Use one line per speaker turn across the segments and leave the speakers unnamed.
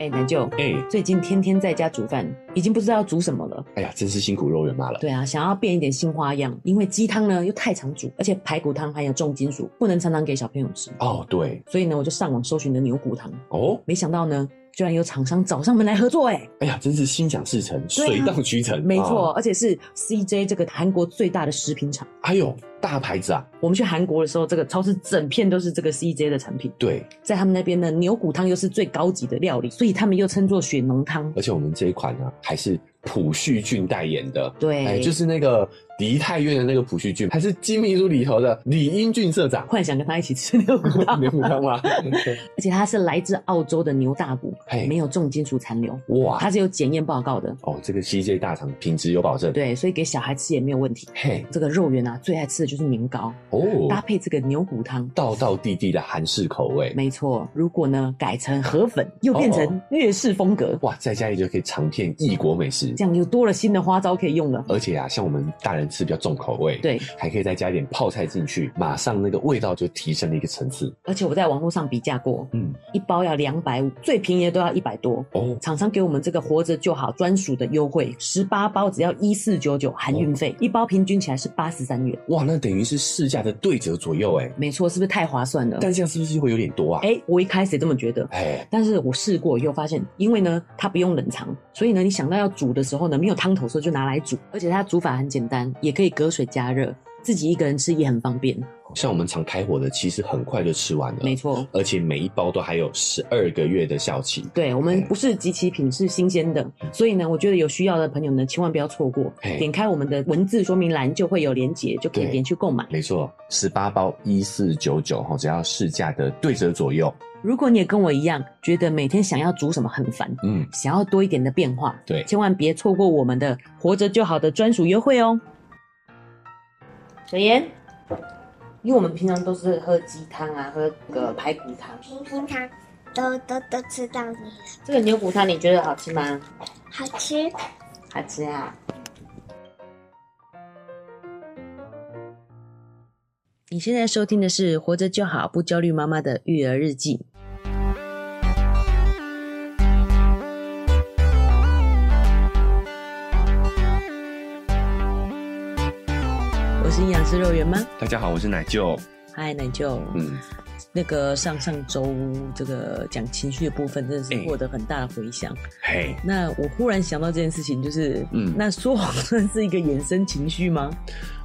哎，南舅，
哎、
最近天天在家煮饭，已经不知道要煮什么了。
哎呀，真是辛苦肉圆妈了。
对啊，想要变一点新花样，因为鸡汤呢又太常煮，而且排骨汤含有重金属，不能常常给小朋友吃。
哦，对，
所以呢，我就上网搜寻的牛骨汤，
哦，
没想到呢，居然有厂商找上门来合作哎、
哎呀，真是心想事成，
啊
水到渠成。
没错，
啊
而且是 CJ 这个韩国最大的食品厂。
哎呦，大牌子啊，
我们去韩国的时候，这个超市整片都是这个 CJ 的产品，
对，
在他们那边呢，牛骨汤又是最高级的料理，所以他们又称作血浓汤。
而且我们这一款呢、还是朴叙俊代言的。
对，，
哎，就是那个梨泰院的那个朴叙俊，还是金秘书里头的李英俊社长
幻想跟他一起吃牛骨汤，
牛汤吗？
而且它是来自澳洲的牛大骨，
嘿
没有重金属残留，它
哇，
是有检验报告的，
哦，这个 CJ 大厂品质有保证。，
对，所以给小孩吃也没有问题。
嘿，
这个肉圆啊，最爱吃的就是年糕，
哦，
搭配这个牛骨汤。
道道地地的韩式口味。
没错，如果呢改成河粉，又变
哦
成粤式风格，
哇，在家里就可以尝遍异国美食
这。样又多了新的花招可以用了。
而且啊，像我们大人吃比较重口味，
对，
还可以再加一点泡菜进去，马上那个味道就提升了一个层次。
而且我在网络上比价过，
嗯，
一包要两百五，最便宜的都要一百多。
哦，
厂商给我们这个活着就好专属的优惠，十八包只要一四九九，含运
哦
费，一包平均起来是八十三元。
哇，那等于是市价的对折左右哎，
没错，是不是太划算了？
但这样是不是会有点多啊？
哎，我一开始也这么觉得，
哎，
但是我试过以后发现，因为呢它不用冷藏，所以呢你想到要煮的时候呢，没有汤头的时候就拿来煮，而且它煮法很简单，也可以隔水加热，自己一个人吃也很方便。
像我们常开火的，其实很快就吃完了，
没，错，
而且每一包都还有十二个月的效期。
对我们不是集齐品，是新鲜的，所以呢，我觉得有需要的朋友呢，千万不要错过，
嘿
点开我们的文字说明栏就会有连结，就可以
对
点去购买。
没错，十八包一四九九哈，只要市价的对折左右。
如果你也跟我一样，觉得每天想要煮什么很烦，
嗯，
想要多一点的变化，
对，
千万别错过我们的“活着就好”的专属优惠哦。小妍，因为我们平常都是喝鸡汤啊，喝那个排骨汤，
平平糖都都都吃到你了，
这个牛骨汤你觉得好吃吗？
好吃。
好吃啊！你现在收听的是《活着就好不焦虑妈妈的育儿日记》。我是营养师肉圆妈，
大家好，我是奶舅。
嗨奶舅。
嗯，
那个上上周这个讲情绪的部分，真的是
哎
获得很大的回响。
嘿，
那我忽然想到这件事情，就是，
嗯
那说谎算是一个衍生情绪吗？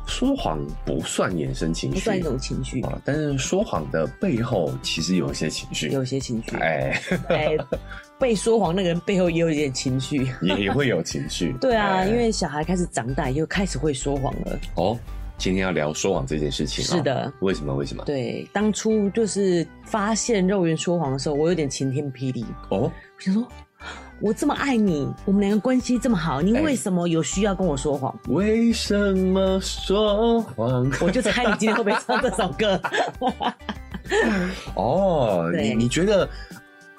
说谎不算衍生情绪，
不算一种情绪，
啊，但是说谎的背后其实有一些情绪，
有些情绪，
哎，
哎，被说谎那个人背后也有一点情绪。。
也也会有情绪
对啊，
哎
因为小孩开始长大，又开始会说谎了。
哦，今天要聊说谎这件事情、啊。
是，的，
为什么？为什么？
对，当初就是发现肉圆说谎的时候，我有点晴天霹雳，
哦，
我想说。我这么爱你，我们两个关系这么好，你
哎
为什么有需要跟我说谎？
为什么说谎？
我就猜你今天会不会唱这首歌。
哦，
对
你你觉得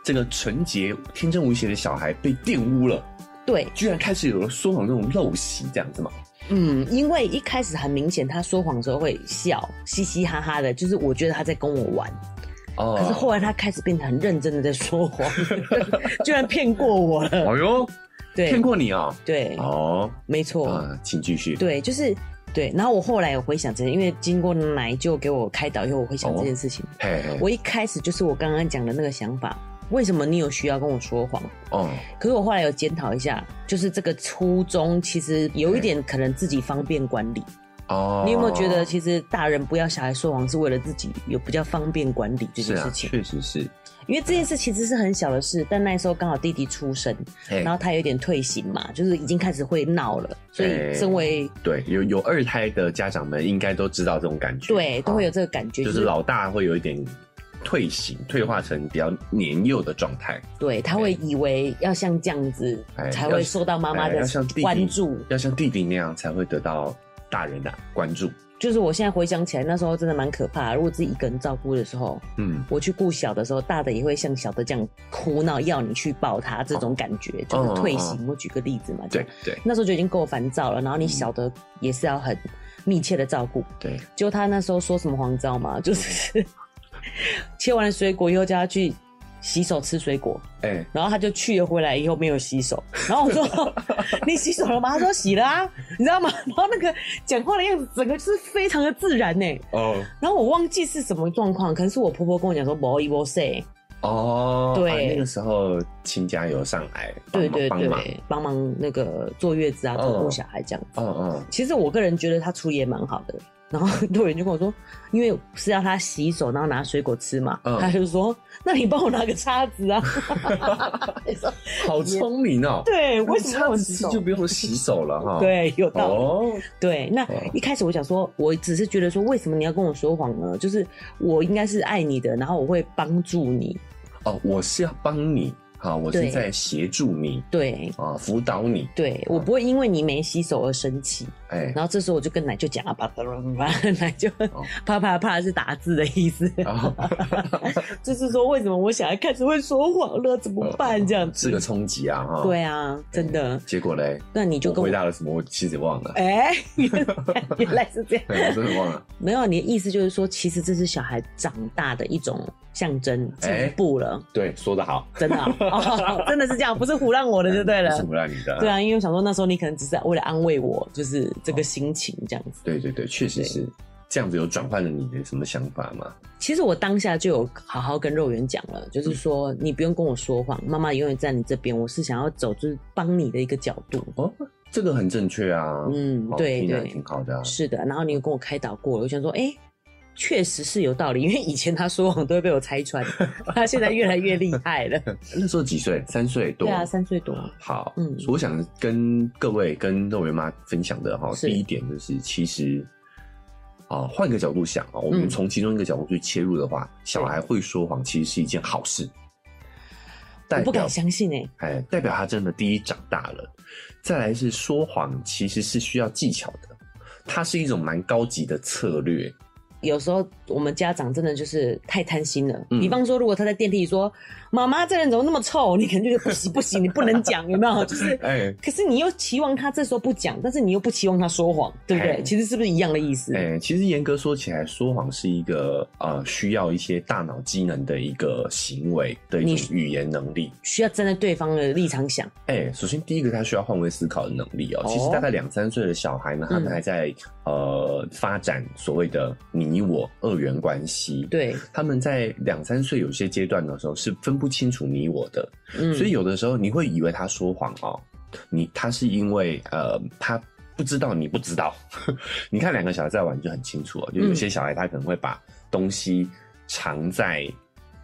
这个纯洁、天真无邪的小孩被玷污了，
对，
居然开始有了说谎这种陋习，这样子吗？
嗯，因为一开始很明显，他说谎的时候会笑，嘻嘻哈哈的，就是我觉得他在跟我玩。
哦，
可是后来他开始变得很认真的在说谎， 居然骗过我了。
哎呦，骗
对
过你啊、
对，
哦！
没
哦，
错，
啊，请继续。，
对，就是对。然后我后来有回想这，因为经过奶舅给我开导以后，我回想
哦
这件事情。
嘿嘿，
我一开始就是我刚刚讲的那个想法，为什么你有需要跟我说谎？
哦，
可是我后来有检讨一下，就是这个初衷其实有一点可能自己方便管理。
哦，
你有没有觉得，其实大人不要小孩说谎，是为了自己有比较方便管理这
是
件
啊，
事情？
确实是。
因为这件事其实是很小的事，但那时候刚好弟弟出生，
嘿
然后他有点退行嘛，就是已经开始会闹了，所以
哎
身为、
对，有有二胎的家长们应该都知道这种感觉，
对都会有
啊
这个感觉，
就是老大会有一点退行、退化成比较年幼的状态，
对他会以为要像这样子、
哎
才
要
会受到妈妈
哎
的
要像弟弟
关注。
要像弟弟那样才会得到大人的关注。
就是我现在回想起来，那时候真的蛮可怕的。如果自己一个人照顾的时候，
嗯，
我去顾小的时候，大的也会像小的这样哭闹，要你去抱他，这
哦
种感觉、就是退行。我举个例子嘛，
嗯对对
那时候就已经够烦躁了，然后
嗯
你小的也是要很密切的照顾。
对，
就 他那时候说什么谎，你知道吗？就是切完了水果以后叫他去洗手吃水果，
哎、
然后他就去了回来以后没有洗手，然后我 说你洗手了吗？他说洗了啊，你知道吗？ 然后那个讲话的样子，整个就是非常的自然呢。
哦
然后我忘记是什么状况，可能是我婆婆跟我讲说不一不 say，
哦，
对
啊那个时候亲家有上来帮
对对
忙帮忙，
对，帮忙那个坐月子啊，照顾小孩这样子。
嗯嗯，
其实我个人觉得他处理也蛮好的。然后很多人就跟我说，因为是要他洗手，然后拿水果吃嘛，
嗯
他就说：“那你帮我拿个叉子 啊。你说
好聪明哦”，
对，为什么要
叉
我
子
洗
吃
手
就？不用洗手了哈，，
对，有道理。
哦，
对，那
哦
一开始我想说，我只是觉得说，为什么你要跟我说谎呢？就是我应该是爱你的，然后我会帮助你。
哦，我是要帮你，好，我
对
是在协助你
对，
啊，辅导你，
对我不会因为你没洗手而生气。
哎、
然后这时候我就跟奶就讲啊，啪啪啪啪，奶就
哦
啪啪啪是打字的意思，
然后
就是说为什么我小孩开始会说谎了，怎么办这样
哦是
子？
个冲击啊，哈，
对啊，真的。
结果嘞，
那你就
我
跟
回
我
答了什么？我其实也忘了，
哎，原来原来是这 样。
对我真的 忘了。
没有，你的意思就是说，其实这是小孩长大的一种象征，
哎
进步了，
对，说的好，
真的啊、哦，真的是这样，不是胡乱我的就对
嗯不是
了。
不赖你的，
对啊，因为我想说那时候你可能只是为了安慰我，就是这个心情这样子。
对对对，确实是这样子，有转换了你的什么想法吗？
其实我当下就有好好跟肉圆讲
嗯
了，就是说你不用跟我说谎，妈妈永远在你这边。我是想要走就是帮你的一个角度，
哦，这个很正确啊，
嗯
好
对
听起来
对
挺好的啊。
是的。然后你有跟我开导过，我想说，哎、确实是有道理，因为以前他说谎都会被我拆穿，他现在越来越厉害了。
那时候几岁？三岁多。
对啊，三岁多，
好，
嗯
嗯，我想跟各位跟肉圆妈分享的哈，
是
第一点就是其实。啊，换个角度想啊，我们
嗯
从其中一个角度去切入的话，小孩会说谎其实是一件好事，
我
代
不
表
敢相信哎、
哎，代表他真的第一长大了。再来是说谎，其实是需要技巧的，它是一种蛮高级的策略。
有时候我们家长真的就是太贪心了。
嗯
比方说，如果他在电梯里说：“妈妈，这人怎么那么臭？”你肯定就不行不行，你不能讲，有没有？就是，
哎
可是你又期望他这时候不讲，但是你又不期望他说谎，对不对？
哎
其实是不是一样的意思？
哎、其实严格说起来，说谎是一个呃需要一些大脑机能的一个行为的一种语言能力。
需要站在对方的立场想，
哎、首先第一个，他需要换位思考的能力哦。
哦
其实大概两三岁的小孩呢，他
嗯
们还在、呃发展所谓的你我二元关系。。
对，
他们在两三岁有些阶段的时候是分不清楚你我的，
嗯，
所以有的时候你会以为他说谎哦，你他是因为呃他不知道你不知道， 你看两个小孩在玩就很清楚哦，就有
嗯
些小孩他可能会把东西藏在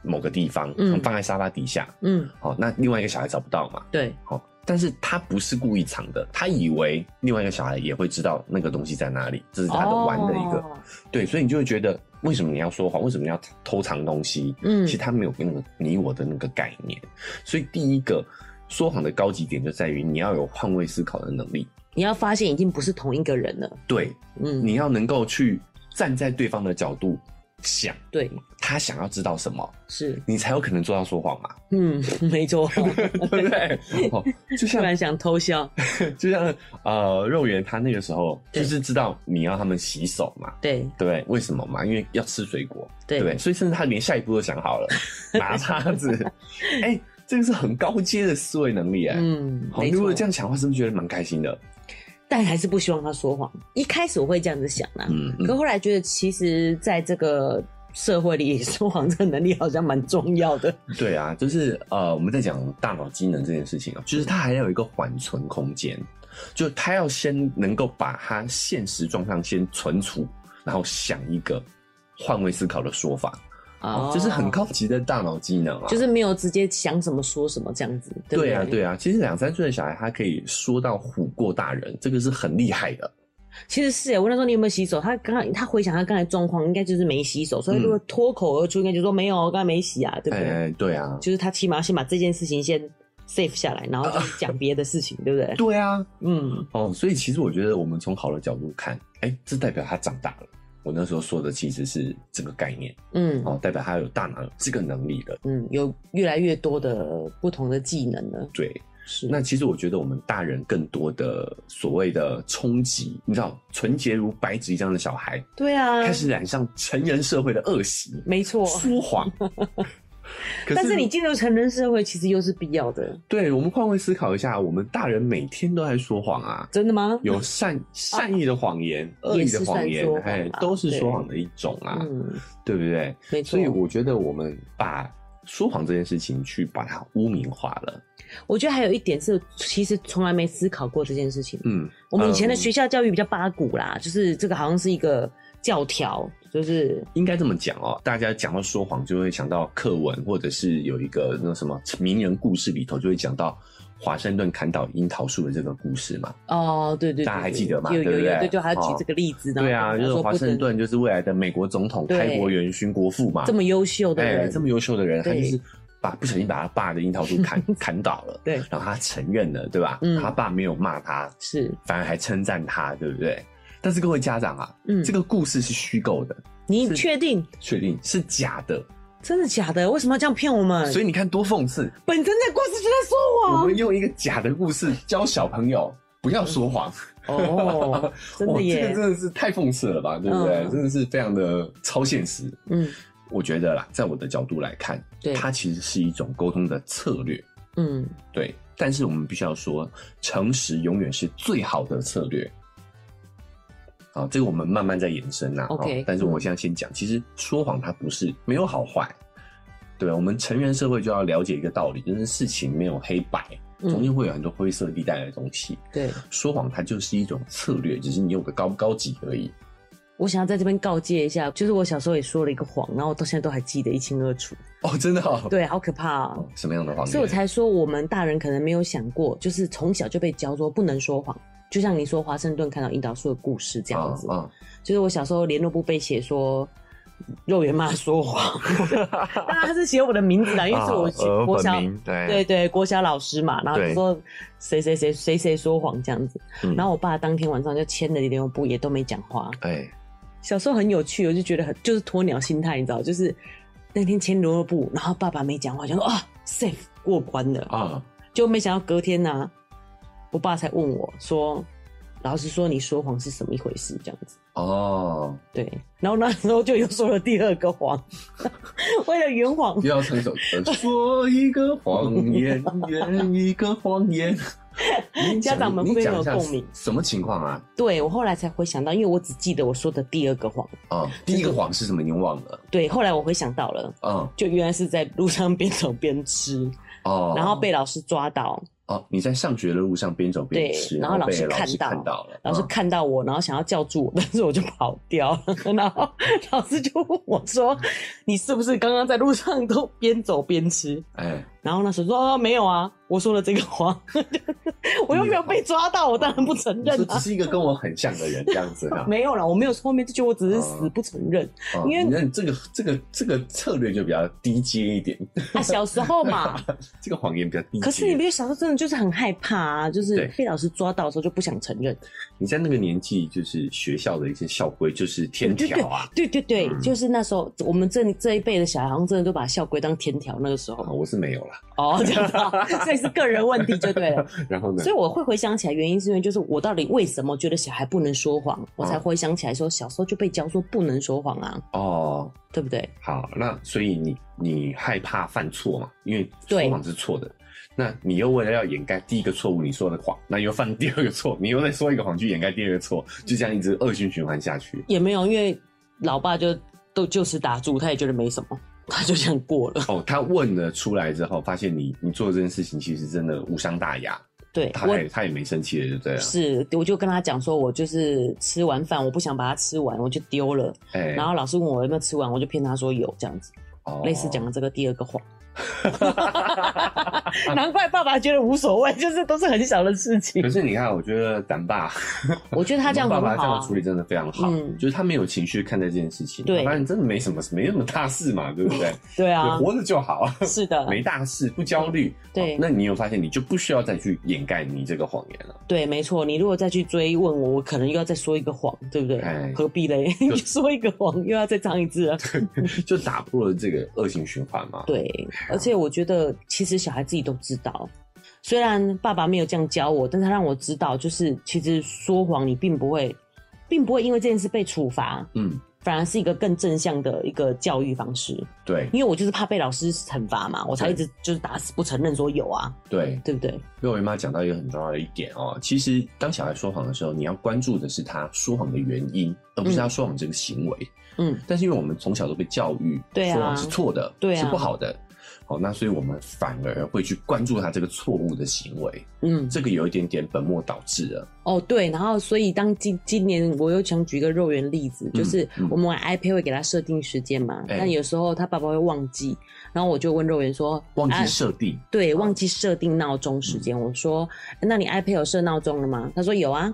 某个地方，
嗯
放在沙发底下，
嗯，
哦，那另外一个小孩找不到嘛，
对，
哦，但是他不是故意藏的，他以为另外一个小孩也会知道那个东西在哪里，这是他的玩的一个，
哦
对，所以你就会觉得为什么你要说谎，为什么你要偷藏东西？
嗯
其实他没有那个你我的那个概念，所以第一个说谎的高级点就在于你要有换位思考的能力，
你要发现已经不是同一个人了，
对，
嗯，
你要能够去站在对方的角度想
对，
他想要知道什么，
是，
你才有可能做到说谎嘛，
嗯， 没错，
对不对？哦，就
突
像
然想偷笑，
就像呃肉圆他那个时候
对
就是知道你要他们洗手嘛，
对
对不对？为什么嘛？因为要吃水果，
对
对不对？所以甚至他连下一步都想好了，拿叉子。哎、这个是很高阶的思维能力哎、
嗯，
好，
没
你如
错
果，这样想的话，是不是觉得蛮开心的？
但还是不希望他说谎。一开始我会这样子想啊，
嗯，
可
嗯
后来觉得其实在这个社会里，说谎这个能力好像蛮重要的。
对啊，就是呃，我们在讲大脑机能这件事情啊，就是它还要有一个缓存空间，就它要先能够把它现实状况先存储，然后想一个换位思考的说法，哦，这是很，高级的大脑机能啊，
就是没有直接想什么说什么这样子，对不
对啊，对啊，其实两三岁的小孩他可以说到唬过大人，这个是很厉害的。
其实是耶我问他说你有没有洗手，他刚刚他回想他刚才状况，应该就是没洗手，所以
嗯
如果脱口而出，应该就说没有，我刚才没洗啊，对不
哎、
对？
对啊，
就是他起码先把这件事情先 save 下来，然后就是讲别的事情，对不 对？
对啊，
嗯，
哦，所以其实我觉得我们从好的角度看，哎、这代表他长大了。我那时候说的其实是这个概念
嗯
哦，代表他有大脑有这个能力了。
嗯，有越来越多的不同的技能了，
对，
是
那其实我觉得我们大人更多的所谓的冲击，你知道，纯洁如白纸一样的小孩，
对啊，
开始染上成人社会的恶习，
没错，
说谎。可
但是你进入成人社会，其实又是必要的。
对我们换位思考一下，我们大人每天都在说谎啊，
真的吗？
有善善意的谎言、恶、
啊也
意
是
的谎言
算说，谎
哎
吧，
都是
对
说谎的一种啊，
嗯，
对不对？
没错。
所以我觉得我们把说谎这件事情去把它污名化了。
我觉得还有一点是，其实从来没思考过这件事情。
嗯，
我们以前的
嗯
学校教育比较八股啦，就是这个好像是一个教条，就是
应该这么讲哦，大家讲到说谎就会想到课文，或者是有一个那什么名人故事里头就会讲到华盛顿砍倒樱桃树的这个故事嘛。
哦，对对对，
大家还
对
记得吗
有有
对不
有，
对
对，就还要举
哦
这个例子，
对啊，
然
就
后
是
说
华
不
盛
能
顿就是未来的美国总统
对
开国元勋国父嘛，
这么优秀的
哎
人，
这么优秀的人，他
对
就是把不小心把他爸的樱桃树 砍砍倒了，
对
然后他承认了，对吧？
嗯
他爸没有骂他，
是，
反而还称赞他，对不对？但是各位家长啊，
嗯，
这
个
个故事是虚构的，
你
是
确定
确定是假的，
真的假的？为什么要这样骗我们？
所以你看多讽刺。
本身的故事就在
我
说
们用一个假的故事教小朋友不要说谎，
谎哦， 真
哇
的
这
耶
个，真的是太讽刺了吧，对不对？
嗯
真的是非常的超现实。
嗯，
我觉得啦，在我的角度来看，
对，
它其实是一种沟通的策略，
嗯，
对。但是我们必须要说，诚实永远是最好的策略。好，这个我们慢慢再延伸啦。
OK，嗯
哦但是我现在先讲，其实说谎它不是没有好坏，对。我们成人社会就要了解一个道理，就是事情没有黑白，中
嗯，
间会有很多灰色地带的东西。
对，
说谎它就是一种策略，只是你用的高不高级而已。
我想要在这边告诫一下，就是我小时候也说了一个谎，然后我到现在都还记得一清二楚，
哦，真的、哦？
对，好可怕
哦
哦。
什么样的谎言？
所以我才说，我们大人可能没有想过，就是从小就被教说不能说谎，就像你说华盛顿看到樱桃树的故事这样子。
啊
就是我小时候联络部被写说肉圆妈说 谎，当然他是写我的名字啦，因为是我写
呃
国小、
本名对
对对国小老师嘛，然后就
对
说谁谁谁谁谁说谎这样子，
嗯
然后我爸当天晚上就签了联络部，也都没讲话。
哎，
小时候很有趣，我就觉得很就是鸵鸟心态，你知道，就是那天签联络部，然后爸爸没讲话，想说啊 safe 过关了，
啊，
就没想到隔天呢、我爸才问我说，老师说你说谎是什么一回事这样子。
哦，
对，然后那时候就又说了第二个谎， 为了圆谎，
又要唱 一首歌，说一个谎言，圆一个谎 言。你
家
讲
长们会不会
你讲一下
有共鸣
什么情况啊？
对我后来才回想到，因为我只记得我说的第二个谎，
啊，第一个谎是什么？你忘了？
对，后来我回想到了，
啊
就原来是在路上边走边吃，
哦，
然后被老师抓到，
哦，你在上学的路上边走边
对
吃，
然后老
被
师看
师
到
看到了，
老师
啊
看到我，然后想要叫住我，但是我就跑掉了，然后老师就问我说：“你是不是刚刚在路上都边走边吃？”
哎，
然后那时候说：“哦，没有啊，我说了这个谎， 我又没有被抓到，我当然不承
你
认
说
啊。
只。”是一个跟我很像的人这样子啊
没有啦，我没有后面这句，我只是死不承认。
哦
因为
你看这个这个这个策略就比较低阶一点，
啊，小时候嘛。
这个谎言比较低阶。
可是你没有小时候真的就是很害怕啊，就是
对
被老师抓到的时候就不想承认。
你在那个年纪，就是学校的一些校规就是天条啊。
对对对，
嗯
就是那时候我们这这一辈的小孩，好像真的都把校规当天条。那个时
啊，
候
我是没有啦。
哦，这样子啊，所以是个人问题就对了。
然后呢
所以？我会回想起来，原因是因为就是我到底为什么觉得小孩不能说谎，我才回想起来说小时候就被教说不能说谎啊，
哦，
对不对？
好，那所以你你害怕犯错嘛？因为
对
说谎是错的。那你又为了要掩盖第一个错误，你说的谎，那你又犯第二个错，你又再说一个谎去掩盖第二个错，就这样一直恶性循环下去。
也没有，因为老爸就都就此打住，他也觉得没什么，他就这样过了。
哦，他问了出来之后，发现你你做这件事情其实真的无伤大雅，
对，
他
我
也他也没生气了，对不对了？
是，我就跟他讲说，我就是吃完饭，我不想把它吃完，我就丢了。
哎
然后老师问我有没有吃完，我就骗他说有这样子，
哦
类似讲的这个第二个 谎。难怪爸爸觉得无所谓，就是都是很小的事情
可。 是你看，我觉得咱爸，
我觉得 他这样很
咱
好啊
爸爸这样处理真的非常好，
嗯
就是他没有情绪看待这件事情，
对
反正真的没什么没什么大事嘛，对不对？
对
就
啊，
活着就好，
是的，
没大事，不焦虑。
嗯对
好那你有发现，你就不需要再去掩盖你这个谎言了，
对，没错。你如果再去追问我，我可能又要再说一个谎，对不对？
哎
何必嘞？ 就说一个谎，又要再唱一次了。
就打破了这个恶性循环嘛。
对，而且我觉得其实小孩自己都知道，虽然爸爸没有这样教我，但他让我知道，就是其实说谎你并不会，并不会因为这件事被处罚，
嗯，
反而是一个更正向的一个教育方式。
对
因为我就是怕被老师惩罚嘛，我才一直就是打死不承认说有啊，
对，
对不对？
瑞维妈讲到一个很重要的一点哦，其实当小孩说谎的时候，你要关注的是他说谎的原因，而不是他说谎这个行为。
嗯，
但是因为我们从小都被教育，
对啊
说谎是错的，
对啊
是不好的。哦，那所以我们反而会去关注他这个错误的行为，
嗯，
这个有一点点本末倒置了。
哦对，然后所以当今今年我又想举一个肉圆例子，就是
嗯
我们玩 iPad 会给他设定时间嘛，
哎
但有时候他爸爸会忘记，然后我就问肉圆说，
忘记哦嗯
啊
设定，
对，忘记设定闹钟时间。我说：“那你 iPad 有设闹钟了吗？”他说：“有啊。”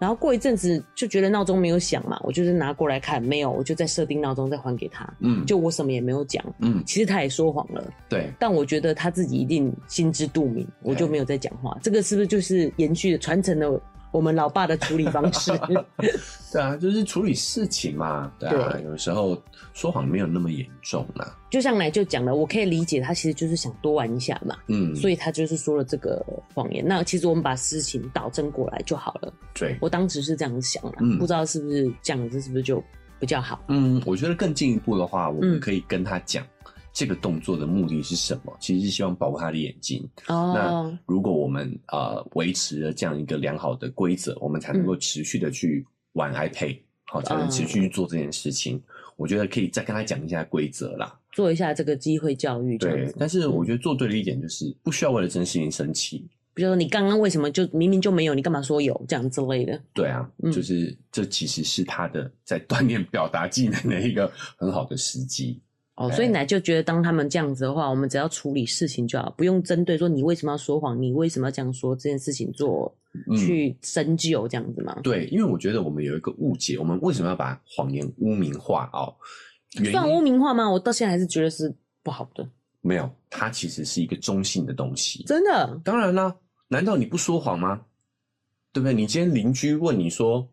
然后过一阵子就觉得闹钟没有响嘛，我就是拿过来看，没有，我就再设定闹钟再还给他。
嗯，
就我什么也没有讲，
嗯，
其实他也说谎了，
对，
但我觉得他自己一定心知肚明，我就没有再讲话。这个是不是就是延续传承了我们老爸的处理方 式？
对啊，就是处理事情嘛，对啊，
对
有时候说谎没有那么严重啦，
就像奶就讲了，我可以理解他其实就是想多玩一下嘛，
嗯，
所
以
以他就是说了这个谎言。那其实我们把事情导正过来就好了。
对，
我当时是这样想的，
嗯
不知道是不是这样子，是不是就比较好？
嗯，我觉得更进一步的话，我
嗯
们可以跟他讲这个动作的目的是什么，其实是希望保护他的眼睛。
哦
那，如果我们呃维持了这样一个良好的规则，我们才能够持续的去玩 iPad，好、才
啊
能持续去做这件事情。我觉得可以再跟他讲一下规则啦，
做一下这个机会教育这样
对
子。。
但是我觉得做对的一点就是不需要为了这件事情生气，
比如说你刚刚为什么就明明就没有，你干嘛说有这样之类的？
对啊，
嗯
就是这其实是他的在锻炼表达技能的一个很好的时机。
哦，
哎
所以奶就觉得当他们这样子的话，我们只要处理事情就好，不用针对说你为什么要说谎，你为什么要这样说这件事情做、
嗯
去深究这样子嘛。
对，因为我觉得我们有一个误解，我们为什么要把谎言污名化哦？原
算
因
污名化吗？我到现在还是觉得是不好的，
没有，它其实是一个中性的东西。
真的。
当然啦，难道你不说谎吗？对不对？你今天邻居问你说：“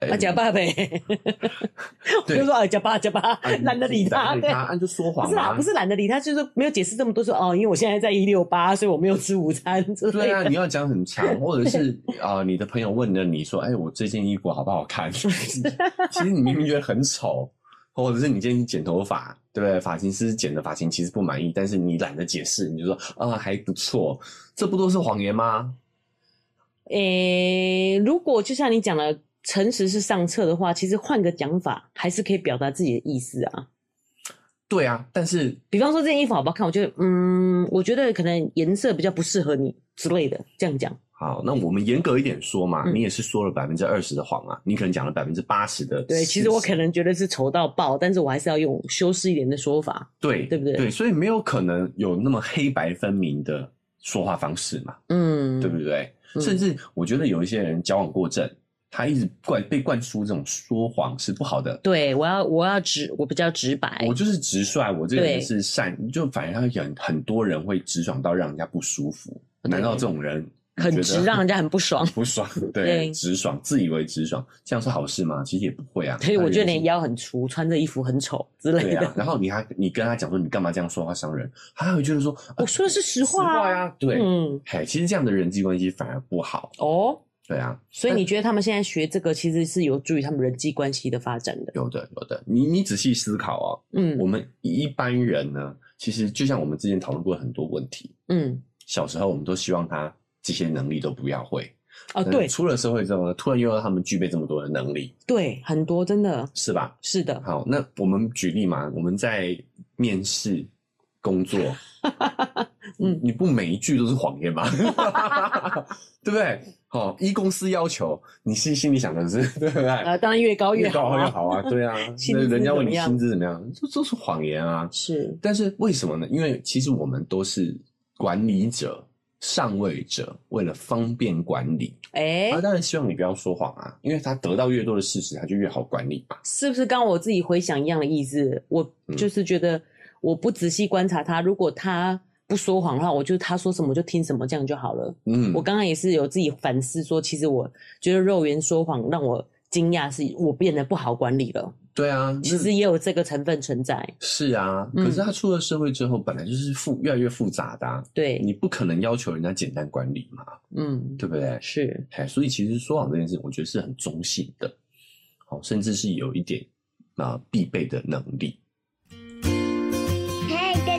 哎
啊，假爸呗， 我
对
就说啊，假爸假爸
啊，
懒得理他，
懒得
对
理他，那啊就说
不
谎
是啦，
嘛。”
不是懒得理他，就是没有解释这么多说哦，因为我现在在一六八，所以我没有吃午餐之类
对
的。
啊，你要讲 很长，或者是啊、你的朋友问了你说：“哎，我这件衣服好不好看？” 其实你明明觉得很丑，或者是你今天去剪头发，对不对？发型师剪的发型其实不满意，但是你懒得解释，你就说：“啊、还不错。”这不都是谎言吗？
诶、如果就像你讲的，诚实是上策的话，其实换个讲法，还是可以表达自己的意思啊。
对啊，但是
比方说这件衣服好不好看，我觉得嗯，我觉得可能颜色比较不适合你之类的，这样讲。
好，那我们严格一点说嘛，
嗯
你也是说了百分之二十的谎啊，你可能讲了百分之八十的事实。
对，其实我可能觉得是丑到爆，但是我还是要用修饰一点的说法。
对
对不对
对，所以没有可能有那么黑白分明的说话方式嘛，
嗯，
对不对？
嗯
甚至我觉得有一些人交往过正，他一直灌被灌输这种说谎是不好的。
对我要我要直，我比较直白
我。就是直率，我这个
哎对
人是善，就反而很很多人会直爽到让人家不舒服。
对
难道这种人你
很
觉得
直让人家很不爽
不爽？
对
对，直爽，自以为直爽，这样是好事吗？其实也不会啊。
所以我觉得
他也
你
是
腰很粗，穿着衣服很丑之类
对
的。
啊，然后你还你跟他讲说你干嘛这样说话伤人，他会觉得说、啊
我说的是实话啊
实话啊，对，
嗯，
嘿，其实这样的人际关系反而不好，
哦，
对啊，
所以你觉得他们现在学这个其实是有助于他们人际关系的发展的？
有的有的，你你仔细思考哦，
嗯
我们一般人呢，其实就像我们之前讨论过很多问题，
嗯，
小时候我们都希望他这些能力都不要会
哦，
但是
对
出了社会之后呢，突然又要他们具备这么多的能力，
对，很多真的
是吧？
是的，
好，那我们举例嘛，我们在面试 工作，
嗯
嗯，你不每一句都是谎 言吗？对不对？好、依公司要求，你心心里想的是对不对？
呃，当然越高
哎越
好
高越
啊，。
好啊，对啊
薪
那
资
人家问
怎么
你
样
薪资怎么样，这都是谎言啊。
是
但是为什么呢？因为其实我们都是管理者、上位者，为了方便管理，
哎
他、，当然希望你不要说谎啊，因为他得到越多的事实，他就越好管理嘛。
是不是刚我自己回想一样的意思？我
嗯
就是觉得我不仔细观察他，如果他不说谎的话，我就他说什么我就听什么，这样就好了。
嗯，
我刚刚也是有自己反思说，其实我觉得肉圆说谎让我惊讶，是我变得不好管理了。
对啊，
其
那
实也有这个成分存在。
是啊，
嗯
可是他出了社会之后，本来就是复越来越复杂的、啊，
对，
你不可能要求人家简单管理嘛，
嗯，
对不对？
是，
哎，所以其实说谎这件事，我觉得是很中性的，好，甚至是有一点啊、必备的能力。
嗨，大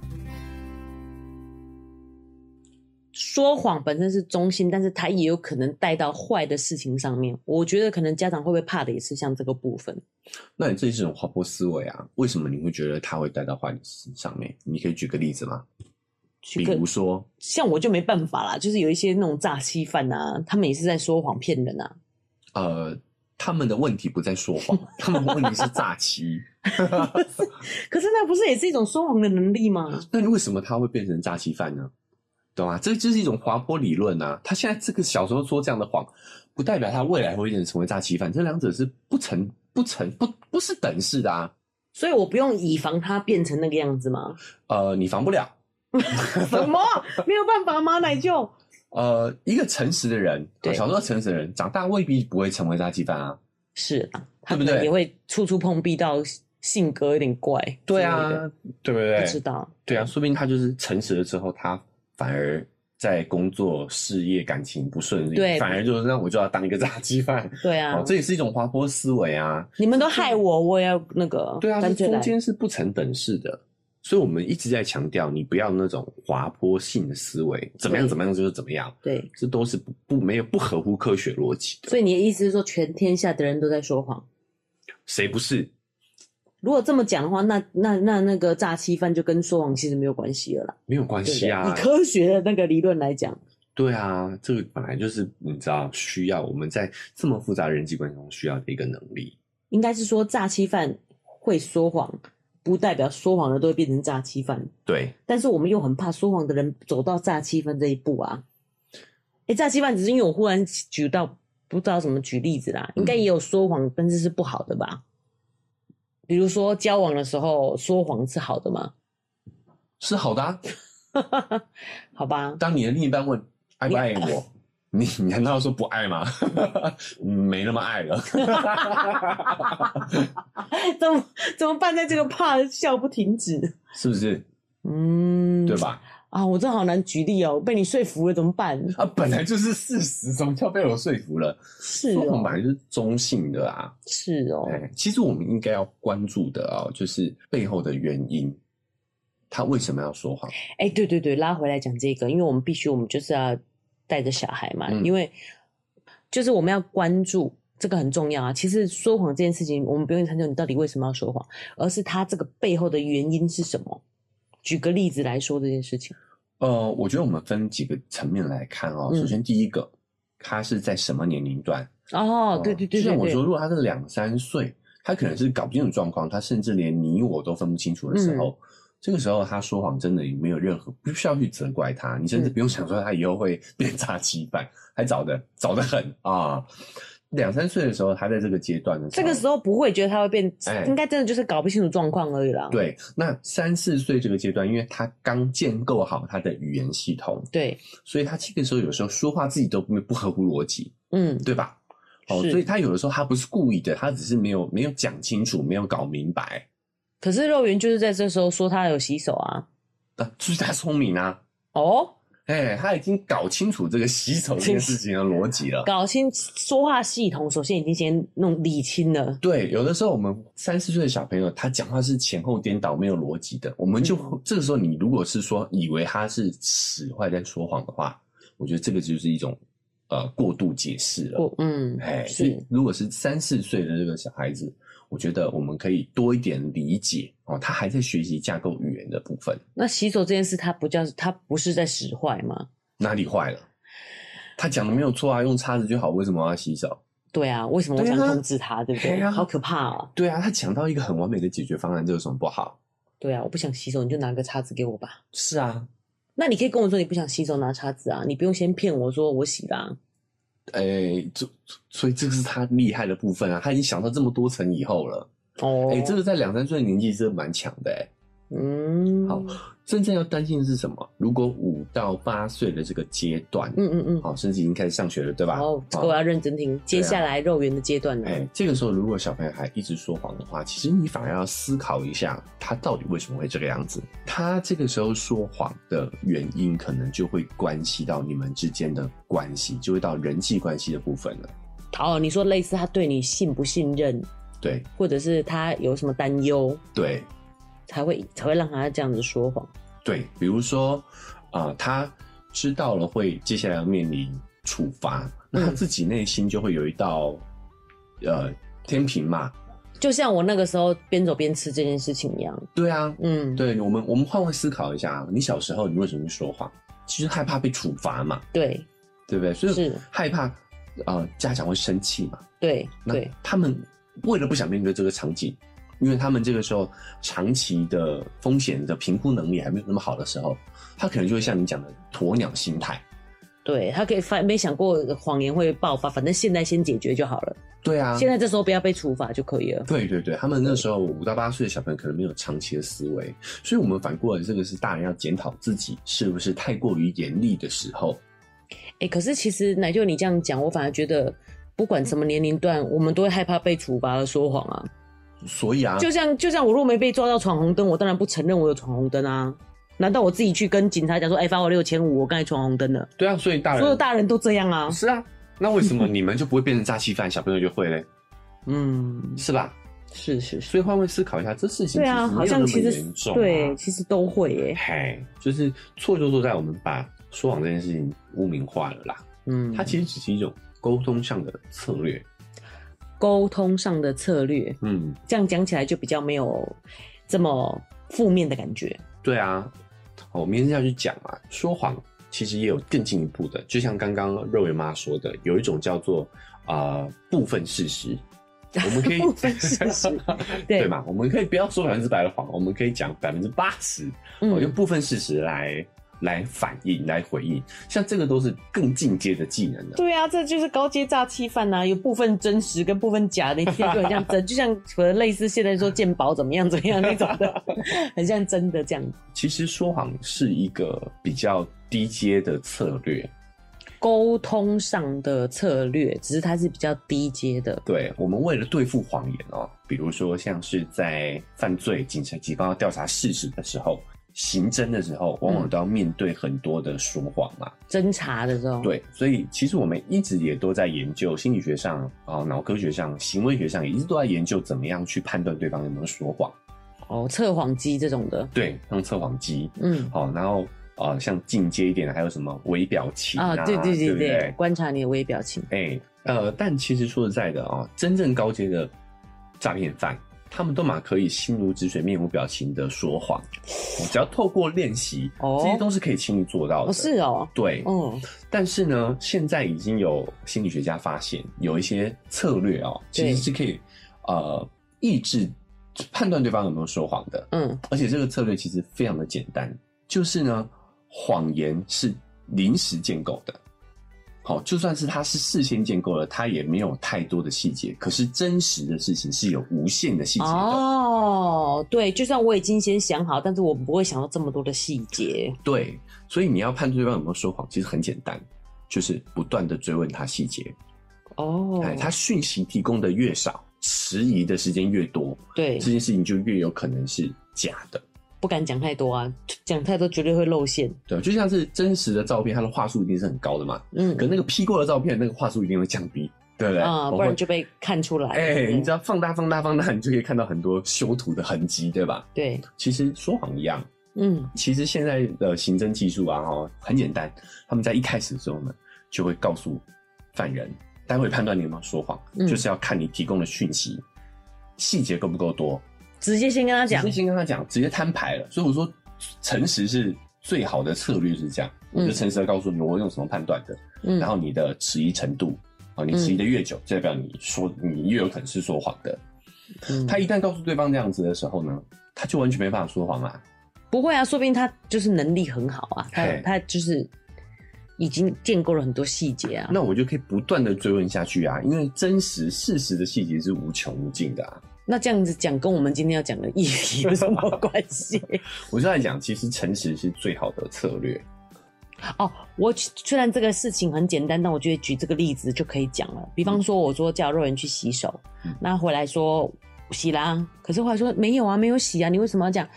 说谎本身是中性，但是它也有可能带到坏的事情上面。我觉得可能家长会不会怕的也是像这个部分。
那你这是一种滑坡思维啊？为什么你会觉得它会带到坏的事情上面？你可以举个例子吗？
去
比
跟
如说，
像我就没办法啦，就是有一些那种诈欺犯啊，他们也是在说谎骗人啊。
呃，他们的问题不在说谎，他们的问题是诈欺。
可是那不是也是一种说谎的能力吗？
那为什么他会变成诈欺犯呢？懂吗？这就是一种滑坡理论啊。他现在这个小时候说这样的谎，不代表他未来会变成成为诈欺犯，这两者是不成不成不不是等式的啊。
所以我不用以防他变成那个样子吗？
呃，你防不了。
什么没有办法吗？奶舅，
呃，一个诚实的人，
对
小时候诚实的人，长大未必不会成为诈欺犯啊。
是啊，他可
对不对
能也会处处碰壁到性格有点怪之类的。
对啊，对不
不知
对？
道。
对啊，说不定他就是诚实了之后，他反而在工作、事业、感情不顺利，
对
反而就是那我就要当一个诈欺犯。
对啊
哦，，这也是一种滑坡思维啊。
你们都害我，我也要那个。
对啊，这
干脆来
中间是不成等式的，所以我们一直在强调，你不要那种滑坡性的思维，怎么样
对
怎么样就是怎么样，
对。
这都是不不没有不合乎科学逻辑的。
所以你的意思是说，全天下的人都在说谎？
谁不是？
如果这么讲的话，那那那那个诈欺犯就跟说谎其实没有关系了啦，
没有关
对不
系
对？以
啊，
科学的那个理论来讲，
对啊，这个本来就是你知道需要我们在这么复杂的人际关系中需要的一个能力。
应该是说诈欺犯会说谎，不代表说谎的都会变成诈欺犯。
对，
但是我们又很怕说谎的人走到诈欺犯这一步啊。哎，诈欺犯只是因为我忽然举到不知道怎么举例子啦，应该也有说谎，但是是不好的吧？比如说交往的时候说谎是好的吗？
是好的、啊。
好吧，
当你的另一半问爱不爱我，你你难道说不爱吗？ 嗯没那么爱了。
哎怎么怎么办？在这个怕笑不停止，
是不是？
嗯，
对？吧？
啊，我真的好难举例哦，被你说服了怎么办？
啊，本来就是事实，什么叫被我说服了？
是
说谎
哦
本，来就是中性的啊。
是哦，
哎，其实我们应该要关注的啊、就是背后的原因，他为什么要说谎？
哎，对对对，拉回来讲这个，因为我们必须，我们就是要带着小孩嘛，
嗯
因为就是我们要关注这个很重要啊。其实说谎这件事情，我们不用探究你到底为什么要说谎，而是他这个背后的原因是什么。举个例子来说这件事情，
呃，我觉得我们分几个层面来看哦。
嗯
首先，第一个，他是在什么年龄段？
哦，对对对
就
对
像我
对，
说，如果他是两三岁，他可能是搞不清楚状况，他甚至连你我都分不清楚
嗯
的时候，这个时候他说谎真的也没有任何不需要去责怪他，你甚至
嗯
不用想说他以后会 变诈欺犯，还早得早得很啊。两三岁的时候，他在这个阶段的时
这
候，
个时候不会觉得他会变，
哎
应该真的就是搞不清楚状况而已啦。
对，那三四岁这个阶段，因为他刚建构好他的语言系统，
对，
所以他这个时候有时候说话自己都不不合乎逻辑，
嗯，
对吧？哦，
是
所以他有的时候他不是故意的，他只是没有没有讲清楚，没有搞明白。
可是肉圆就是在这时候说他有洗手啊，
啊， 就是他聪明啊，
哦，
哎、他已经搞清楚这个洗手这件事情的逻辑了。
搞清说话系统，首先已经先弄理清了。
对，有的时候我们三四岁的小朋友，他讲话是前后颠倒、没有逻辑的，我们就、
嗯
这个时候，你如果是说以为他是使坏在说谎的话，我觉得这个就是一种呃过度解释了。
我嗯，
哎，所以
是
如果是三四岁的这个小孩子，我觉得我们可以多一点理解哦，他还在学习架构语言的部分，
那洗手这件事，它不叫它不是在使坏吗？
哪里坏了？他讲的没有错啊，用叉子就好，为什么要洗手？
对啊，为什么我
对啊
想控制它，对不对？
对啊
好可怕哦！
对啊，他讲到一个很完美的解决方案，这有什么不好？
对啊，我不想洗手，你就拿个叉子给我吧。
是啊，
那你可以跟我说你不想洗手，拿叉子啊，你不用先骗我说我洗啦、
哎、就所以这个是他厉害的部分啊，他已经想到这么多层以后了。
哦，
哎、这个在两三岁的年纪真的蛮强的哎、
嗯，
好真正要担心的是什么？如果五到八岁的这个阶段，
嗯嗯嗯，
好，甚至已经开始上学了，对吧？
哦，这
好啊
个我要认真听。接下来肉圆的阶段呢？
哎，这个时候如果小朋友还一直说谎的话，其实你反而要思考一下，他到底为什么会这个样子？他这个时候说谎的原因，可能就会关系到你们之间的关系，就会到人际关系的部分了。
哦，你说类似他对你信不信任，
对
或者是他有什么担忧，
对
才会才会让他这样子说谎。
对，比如说啊、呃他知道了会接下来要面临处罚，那他自己内心就会有一道呃天平嘛。
就像我那个时候边走边吃这件事情一样，
对啊，
嗯，
对我们我们换位思考一下啊，你小时候你为什么会说谎？其实害怕被处罚嘛。
对
对不对？所以
是
害怕，呃，家长会生气嘛。
对
那
对，
他们为了不想面对这个场景，因为他们这个时候长期的风险的评估能力还没有那么好的时候，他可能就会像你讲的鸵鸟心态。
对，他可以发没想过谎言会爆发，反正现在先解决就好了，
对啊，
现在这时候不要被处罚就可以了。
对对对，他们那时候五到八岁的小朋友可能没有长期的思维，所以我们反过来，这个是大人要检讨自己是不是太过于严厉的时候。
哎、可是其实奶就你这样讲，我反而觉得。不管什么年龄段，我们都会害怕被处罚而说谎啊。
所以啊，
就像就像我如果没被抓到闯红灯，我当然不承认我有闯红灯啊。难道我自己去跟警察讲说，哎、罚我六千五，我刚才闯红灯了？
对啊，所以大人
所有大人都这样啊。
是啊，那为什么你们就不会变成诈欺犯，小朋友就会嘞？
嗯，
是吧？
是是是，
所以换位思考一下，这事情
对啊，
其实
好
没有
像
那
其
么
实、
严重、啊，
对，，其实都会耶、
嘿，就是错就错在我们把说谎这件事情污名化了啦。
嗯，
它其实只是一种沟通上的策略。
沟通上的策略，
嗯，
这样讲起来就比较没有这么负面的感觉。
对啊。好我明天要去讲啊，说谎其实也有更进一步的，就像刚刚肉圆妈说的，有一种叫做啊部分事实。我 们可以
部分事实对
对嘛？我们可以不要说百分之百的谎，我们可以讲百分之八十，我哦
嗯，
用部分事实来来反应、来回应，像这个都是更进阶的技能了。
对啊，这就是高阶诈欺犯呐、啊有部分真实跟部分假的，你听起来就很像真，就像可能类似现在说鉴宝怎么样怎么样那种 的，很像真的这样。
其实说谎是一个比较低阶的策略，
沟通上的策略，只是它是比较低阶的。
对我们为了对付谎言哦，比如说像是在犯罪警察机关要调查事实的时候。刑侦的时候，往往都要面对很多的说谎嘛。
侦查的时候，，
对，所以其实我们一直也都在研究心理学上啊、脑科学上、行为学上，也一直都在研究怎么样去判断对方有没有说谎。
哦，测谎机这种的，
对，用测谎机，
嗯。
好，然后呃，像进阶一点的还有什么微表情啊？
啊，对对
对
对
不
对，观察你的微表情，
哎、呃，但其实说实在的啊、真正高阶的诈骗犯，他们都嘛可以心如止水、面无表情的说谎，哦只要透过练习，
哦
这些都是可以轻易做到的。
哦，是哦，
对，
哦，
但是呢，现在已经有心理学家发现，有一些策略哦，其
对
实是可以呃抑制判断对方有没有说谎的。
嗯，
而且这个策略其实非常的简单，就是呢，谎言是临时建构的。好，就算是它是事先建构的，它也没有太多的细节。可是真实的事情是有无限的细节的。
哦，对，就算我已经先想好，但是我不会想到这么多的细节。
对，所以你要判断对方有没有说谎，其实很简单，就是不断的追问他细节。
哦，
哎，他讯息提供的越少，迟疑的时间越多，
对
这，件事情就越有可能是假的。
不敢讲太多啊，讲太多绝对会露馅。
对，就像是真实的照片，它的话术一定是很高的嘛。
嗯
可，那个 P 过的照片，那个话术一定会降低，对不对？
啊，
我
不
会
然就嗯被看出来。
哎、
对
你只要放大、放大、放大，你就可以看到很多修图的痕迹，对吧？
对，
其实说谎一样，
嗯，
其实现在的刑侦技术啊，哈，很简单，他们在一开始的时候呢，就会告诉犯人，待会判断你有没有说谎，
嗯
就是要看你提供的讯息细节够不够多，
直接先跟他
直
讲
接，先跟他讲，直接摊牌了。所以我说，诚实是最好的策略是这样，
嗯
我就诚实的告诉你我用什么判断的，
嗯，
然后你的迟疑程度啊，你迟疑的越久，就代表你说你越有可能是说谎的。
嗯
他一旦告诉对方这样子的时候呢，他就完全没办法说谎啦。
不会啊，说不定他就是能力很好啊，他
嘿
他就是已经建构了很多细节啊。
那我就可以不断的追问下去啊，因为真实事实的细节是无穷无尽的啊。
那这样子讲跟我们今天要讲的议题有什么关系？
我就在讲，其实诚实是最好的策略。
哦，我虽然这个事情很简单，但我觉得举这个例子就可以讲了。比方说，我说叫肉人去洗手，
嗯
那回来说洗啦、可是后来说没有啊，没有洗啊，你为什么要讲？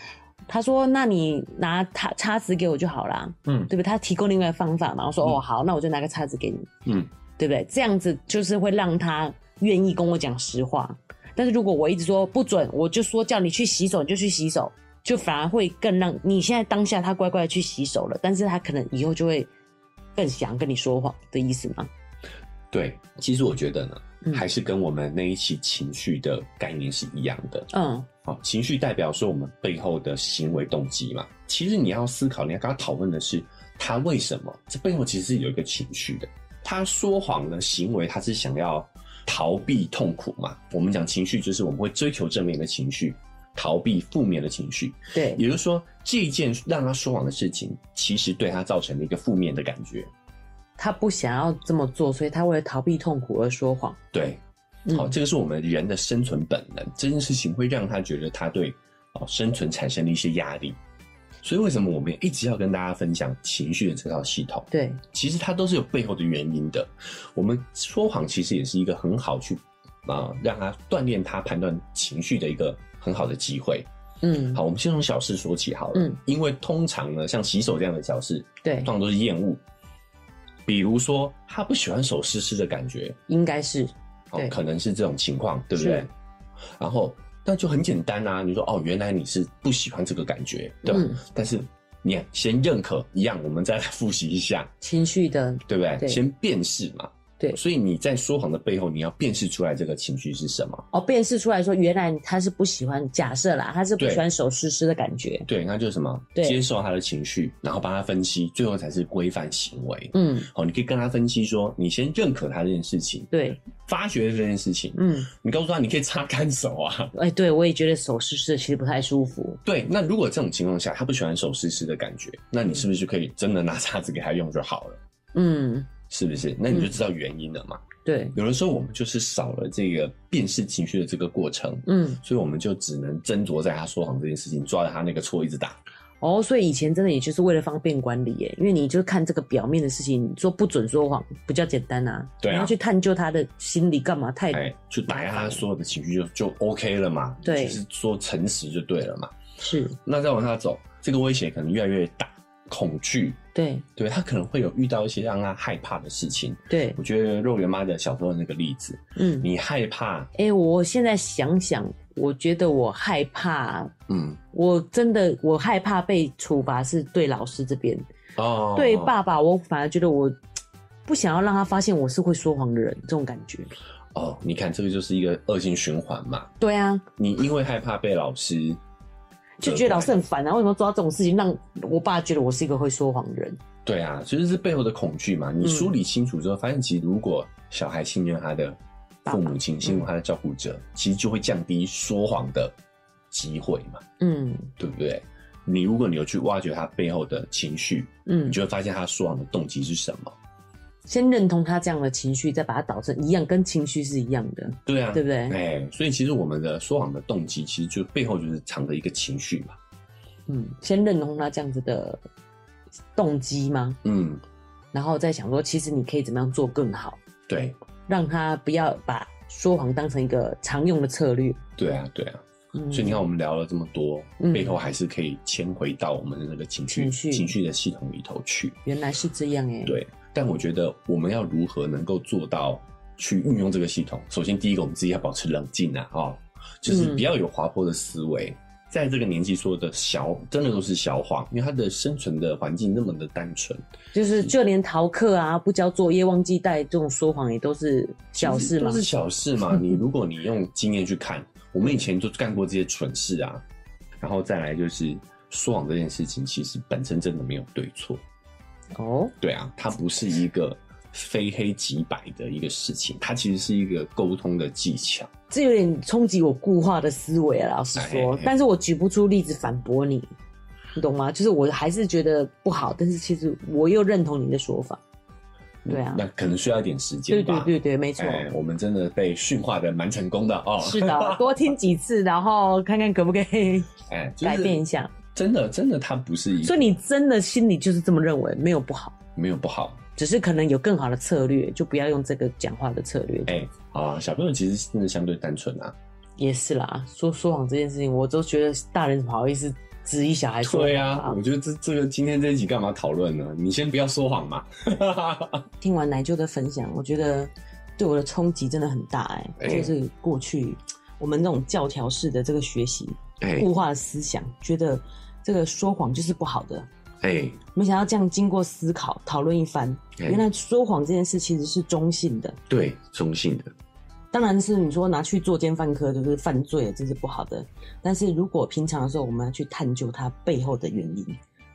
他说：“那你拿叉叉子给我就好啦，
嗯
对不对？”他提供另外一个方法嘛。我说：“哦，好，那我就拿个叉子给你，
嗯，
对不对？”这样子就是会让他愿意跟我讲实话。但是如果我一直说不准，我就说叫你去洗手，你就去洗手，就反而会更让你现在当下他乖乖地去洗手了，但是他可能以后就会更想跟你说谎的意思吗？
对。其实我觉得呢，
嗯
还是跟我们那一期情绪的概念是一样的。
嗯
好，哦情绪代表说我们背后的行为动机嘛。其实你要思考，你要跟他讨论的是他为什么，这背后其实是有一个情绪的。他说谎的行为，他是想要逃避痛苦嘛。我们讲情绪，就是我们会追求正面的情绪，逃避负面的情绪。
对，
也就是说，这一件让他说谎的事情，其实对他造成了一个负面的感觉。
他不想要这么做，所以他为了逃避痛苦而说谎。
对，
嗯
好、这个是我们人的生存本能。这件事情会让他觉得他对哦生存产生了一些压力，所以为什么我们一直要跟大家分享情绪的这套系统？
对，
其实它都是有背后的原因的。我们说谎其实也是一个很好去啊、让他锻炼他判断情绪的一个很好的机会。
嗯，
好，我们先从小事说起好了，
嗯
因为通常呢，像洗手这样的小事，
对
通，常都是厌恶。比如说，他不喜欢手湿湿的感觉，
应该是
哦
对，
可能是这种情况，对不
是
对？然后，那就很简单啊，你说哦，原来你是不喜欢这个感觉，对啊吧？
嗯
但是你先认可一样，我们再来复习一下，
情绪的，
对不对？
对
先辨识嘛。
对
所以你在说谎的背后，你要辨识出来这个情绪是什么。
哦，辨识出来说，原来他是不喜欢，假设啦，他是不
对
喜欢手湿湿的感觉。
对，那就是什么？
对
接受他的情绪，然后帮他分析，最后才是规范行为。
嗯，
好，你可以跟他分析说，你先认可他这件事情，
对，
发觉这件事情，
嗯，
你告诉他你可以擦干手啊。
哎、对我也觉得手湿湿的其实不太舒服。
对，那如果这种情况下他不喜欢手湿湿的感觉，那你是不是就可以真的拿叉子给他用就好了？
嗯，
是不是？那你就知道原因了嘛。
对，
有的时候我们就是少了这个辨识情绪的这个过程，
嗯，
所以我们就只能斟酌在他说谎这件事情，抓着他那个错一直打。
哦，所以以前真的也就是为了方便管理耶，因为你就看这个表面的事情，你说不准说谎比较简单啊。
对啊
你要去探究他的心理干嘛？太、
哎，就打压他所有的情绪就就 OK 了嘛，
嗯对
就是说诚实就对了嘛。
是
那再往下走，这个威胁可能越来越大，恐惧，
对
对他可能会有遇到一些让他害怕的事情。
对，
我觉得肉圆妈的小时候的那个例子，
嗯，
你害怕，
哎、我现在想想，我觉得我害怕，
嗯，
我真的我害怕被处罚是对老师这边，
哦，
对？爸爸，我反而觉得我不想要让他发现我是会说谎的人，这种感觉。
哦，你看这个就是一个恶性循环嘛。
对啊，
你因为害怕被老师责怪，
就觉得老师很烦啊，为什么做到这种事情，让我爸觉得我是一个会说谎的人？
对啊，就是这背后的恐惧嘛。
嗯
你梳理清楚之后，发现其实如果小孩信任他的父母
嗯
亲，信任他的照顾者，其实就会降低说谎的机会嘛，
嗯
对不对？你如果你有去挖掘他背后的情绪，
嗯
你，就会发现他说谎的动机是什么。
先认同他这样的情绪，再把它导成一样，跟情绪是一样的，
对啊，
对不对？
哎、所以其实我们的说谎的动机，其实就背后就是藏着一个情绪嘛。
嗯，先认同他这样子的动机吗？
嗯，
然后再想说，其实你可以怎么样做更好，
对，
让他不要把说谎当成一个常用的策略。
对啊，对啊。
嗯，
所以你看，我们聊了这么多，
嗯
背后还是可以牵回到我们的那个情绪
情绪
的系统里头去。
原来是这样哎、
对，但我觉得我们要如何能够做到去运用这个系统？首先，第一个，我们自己要保持冷静啊，哦，就是
嗯
不要有滑坡的思维。在这个年纪说的小，真的都是小谎，因为他的生存的环境那么的单纯，
就是就连逃课啊、不交作业、忘记带这种说谎也都是小事嘛
都。是小事 嘛。你如果你用经验去看，我们以前就干过这些蠢事啊。然后再来就是说谎这件事情，其实本身真的没有对错，
哦，
对啊，它不是一个非黑即白的一个事情，它其实是一个沟通的技巧。
这有点冲击我固化的思维啊，老实
哎哎
说
哎。
但是我举不出例子反驳你，你懂吗？就是我还是觉得不好，但是其实我又认同你的说法。对啊，
嗯那可能需要一点时间
对
吧。
对对对，没错。
哎，我们真的被驯化的蛮成功的哦。
是的，多听几次，然后看看可不可以
哎， 就是
改变一下。
真的，真的，它不是一
所以你真的心里就是这么认为，没有不好，
没有不好。
只是可能有更好的策略，就不要用这个讲话的策略。
哎、啊，小朋友其实真的相对单纯啊。
也是啦，说说谎这件事情，我都觉得大人怎么好意思质疑小孩说谎
对啊，我觉得这这个今天这一集干嘛讨论呢？你先不要说谎嘛。
听完奶舅的分享，我觉得对我的冲击真的很大哎、
哎
就是过去我们这种教条式的这个学习，
哎
物化的思想，觉得这个说谎就是不好的。
哎
没想到这样经过思考讨论一番，
哎
原来说谎这件事其实是中性的。
对，中性的，
当然是你说拿去作奸犯科，就是犯罪了，这是不好的。但是如果平常的时候，我们要去探究它背后的原因，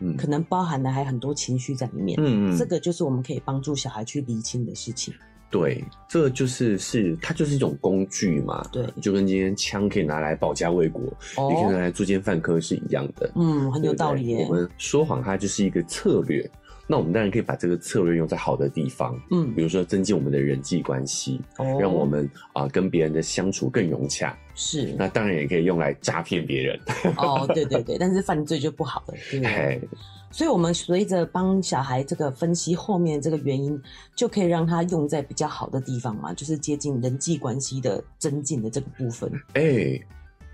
嗯
可能包含的还很多情绪在里面。
嗯
这个就是我们可以帮助小孩去理清的事情。
对，这就是是它就是一种工具嘛，
对，
就跟今天枪可以拿来保家卫国，也可以拿来作奸犯科是一样的，
嗯，很有
对不对
道理耶
我。们说谎它就是一个策略，那我们当然可以把这个策略用在好的地方，
嗯，
比如说增进我们的人际关系，
哦
让我们啊、跟别人的相处更融洽。
是
那当然也可以用来诈骗别人，
哦，对对对，但是犯罪就不好了，对不对？
嘿，
所以，我们随着帮小孩这个分析后面这个原因，就可以让他用在比较好的地方嘛，就是接近人际关系的增进的这个部分。
哎、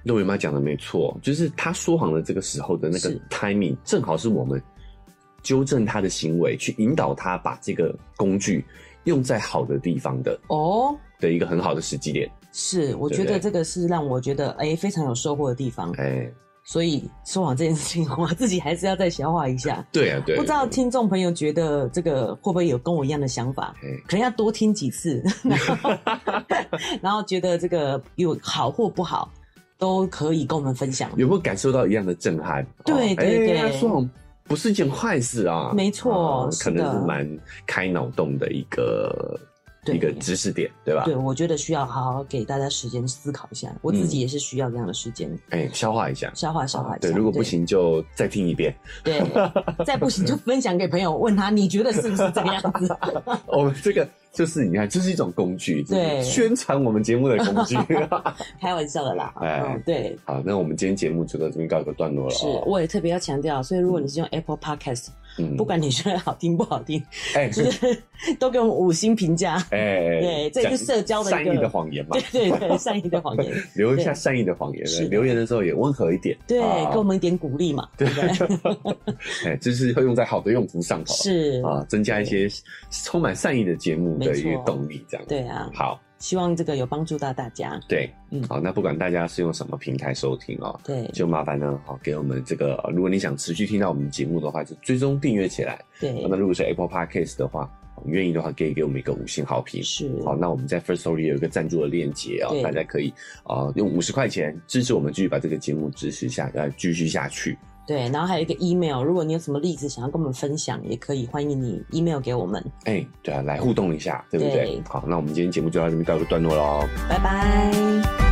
那我妈讲的没错，就是她说谎的这个时候的那个
是
timing，正好是我们纠正她的行为，去引导她把这个工具用在好的地方的
哦，
的一个很好的时机点。
是，我
对
觉
不
得
对
这个是让我觉得哎、非常有收获的地方。
哎、
所以说谎这件事情， 我自己还是要再消化一下。
对啊，对，
不知道听众朋友觉得这个会不会有跟我一样的想法？
哎、
可能要多听几 次，然后然后觉得这个有好或不好，都可以跟我们分享。
有没有感受到一样的震撼？
对
哦
对对
哎说谎不是一件坏事啊，
没错
哦
是
可
的
能是蛮开脑洞的一个
对
一个知识点，对吧？
对，我觉得需要好好给大家时间思考一下，我自己也是需要这样的时间、
哎、消化一下，
消化消化
啊
一下。
对，如果不，行就再听一遍。
对，再不行就分享给朋友，问他你觉得是不是这个样子？
我们哦这个就是你看，就是一种工具，
对
宣传我们节目的工 具。
开玩笑的啦，
哎
嗯，对，
好，那我们今天节目就到这边告一个段落了、
是，
哦。
我也特别要强调，所以如果你是用 Apple Podcast，、
是，嗯
不管你觉得好听不好听，
哎
就是都给我们五星评价。
哎，
对这也是社交的一个
善意的谎言嘛
对， 对对，善意的谎 言，
留一下
对
善意的谎言
是的。
留言的时候也温和一点，
对，
啊哦
给我们一点鼓励嘛，对不对？
哎，就是要用在好的用途上头。
是，
啊，增加一些充满善意的节目的
没
一个
错
动力，这样。
对啊，
好，
希望这个有帮助到大家。
对，
嗯
好，那不管大家是用什么平台收听哦，
对
就麻烦呢，好，给我们这个，呃如果你想持续听到我们节目的话，就追踪订阅起来。
对
那，如果是 Apple Podcast 的话，哦愿意的话可以给我们一个五星好评。
是，
好，那我们在 First Story 有一个赞助的链接啊、
对
大家可以啊、呃用五十块钱支持我们继续把这个节目支持下呃继续下去。
对，然后还有一个 email，如果你有什么例子想要跟我们分享，也可以欢迎你 email 给我们。
哎、对啊，来互动一下，对不对？
对
好，那我们今天节目就到这边告一个段落喽。
拜拜。